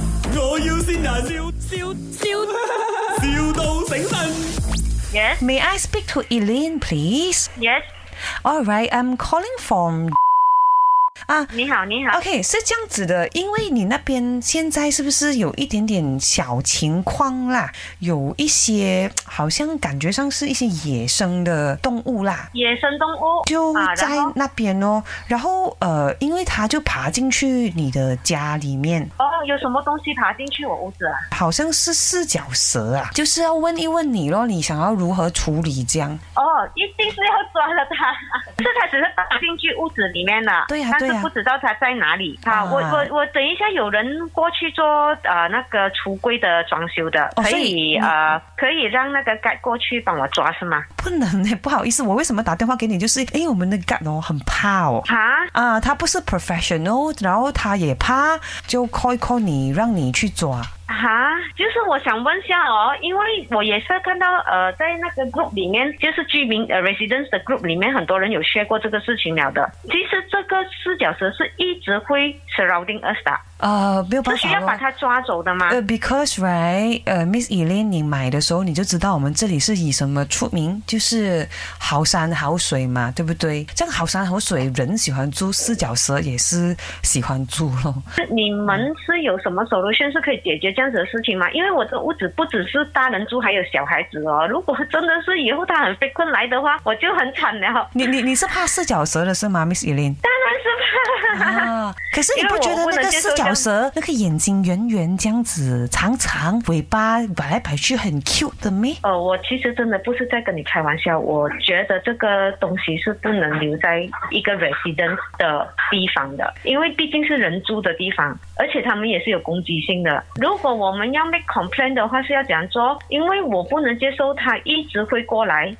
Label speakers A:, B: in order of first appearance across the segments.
A: 要先人，笑笑笑，,笑到醒神。
B: Yes,
C: May I speak to Elaine, please?
B: yes.
C: All right, I'm calling from 啊。
B: 你好，你好。
C: OK，是这样子的，因为你那边现在是不是有一点点小情况啦？有一些好像感觉上是一些野生的动物啦，
B: 野生动物
C: 就
B: 啊，
C: 在
B: 然后
C: 那边哦。然后呃，因为它就爬进去你的家里面，
B: 哦，有什么东西爬进去我屋子啊？
C: 好像是四脚蛇啊，就是要问一问你咯，你想要如何处理这样？
B: 哦，一定是要抓了它， 这它只是爬进去屋子里面了，
C: 对呀
B: 但
C: 对
B: 是
C: 呀
B: 不知道它在哪里。
C: 啊
B: 啊，我我我等一下有人过去做呃那个橱柜的装修的，可
C: 哦所以
B: 以
C: 你
B: 呃可以让那个盖过去帮我抓是吗？
C: 不能 呢，不好意思，我为什么打电话给你？就是因为我们的 g 哦很怕哦。
B: 啊，
C: 啊，他不是 professional，然后他也怕，就 call 一 call 你，让你去抓。
B: 哈，就是我想问一下哦，因为我也是看到呃，在那个 group 里面，就是居民呃 residents 的 group 里面，很多人有 share 过这个事情了的。其实这个四脚蛇是一直会 surrounding us 的，
C: 呃，没有
B: 是
C: 办
B: 需
C: 法
B: 要把
C: 咯。
B: 它抓走的吗？
C: 呃，because right，呃，Miss Elaine，你买的时候你就知道我们这里是以什么出名，就是好山好水嘛，对不对？这样好山好水，人喜欢住，四脚蛇也是喜欢住咯。
B: 你们是有什么 solution 是可以解决这样子的事情吗？因为我这屋子不只是大人住，还有小孩子哦。如果真的是以后他很被困来的话，我就很惨了。
C: 你你你是怕四脚蛇的是吗，Miss Elaine？
B: 当然是怕。
C: 啊！可是你不觉得那个四脚蛇那个眼睛圆圆这样子，长长尾巴摆来摆去很 cute 的咩？
B: 呃，我其实真的不是在跟你开玩笑，我觉得这个东西是不能留在一个 residence 的地方的，因为毕竟是人住的地方，而且他们也是有攻击性的。如果我们要 make complaint 的话，是要怎样做？因为我不能接受他一直会过来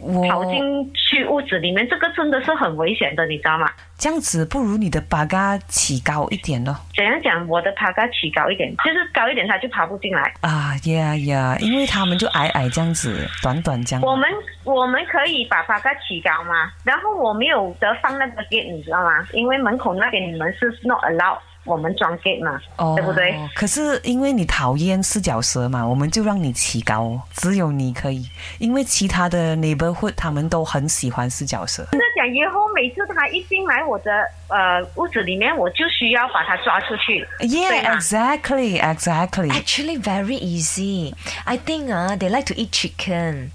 C: 我
B: 跑进去屋子里面，这个真的是很危险的，你知道吗？
C: 这样子不如你的八嘎起高一点咯。
B: 怎样讲？我的爬高起高一点，就是高一点，他就爬不进来。
C: 啊呀呀，因为他们就矮矮这样子，短短这样。
B: 我们我们可以把八嘎提高吗？然后我没有得放那个 gate，你知道吗？因为门口那边你们是 not allow 我们装 gate 嘛，
C: 哦
B: 对不对？
C: 可是因为你讨厌四脚蛇嘛，我们就让你起高哦，只有你可以，因为其他的 neighborhood 他们都很喜欢四脚蛇。
B: 那讲以后每次他一进来我的呃屋子里面，我就需要把他抓出去。对啊哎
C: Yeah,
B: 嘛
C: exactly, exactly.
D: Actually, very easy. I think uh, they like to eat chicken.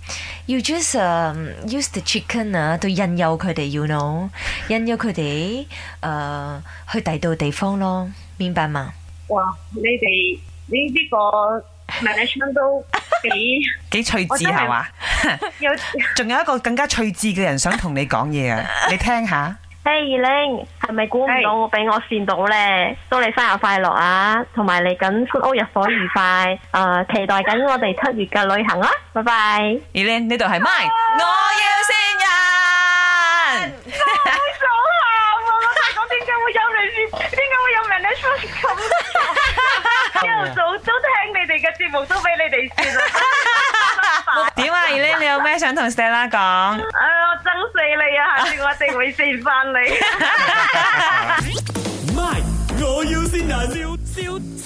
D: You just um, use the chicken uh, to 引誘佢哋，you know，引誘佢哋誒去第度地方咯，明白嘛？
B: 哇！你哋呢呢個 management 都幾
C: 几趣
B: 我
C: 致
B: 真係
C: 係嘛？
B: 有。
C: 仲有一個更加趣致嘅人想同你講嘢 啊，你聽下。
E: 嘿，二玲，系咪估唔到我俾我善到呢？祝你生日快樂啊！同埋嚟緊出屋入伙愉快，诶、期待緊我哋七月嘅旅行啦，拜拜。
C: 而咧呢度係 My，我要先人。
B: 手啊！我老細講點解會有你先？點解會有 management 咁？朝頭早都聽你哋嘅節目，都俾你哋笑啊啦。
C: 點啊，而咧你有咩想同 Stella 講？
B: 哎呀，我憎死你啊！下次我一定會笑翻你。
A: 咪，我要先人，笑笑笑，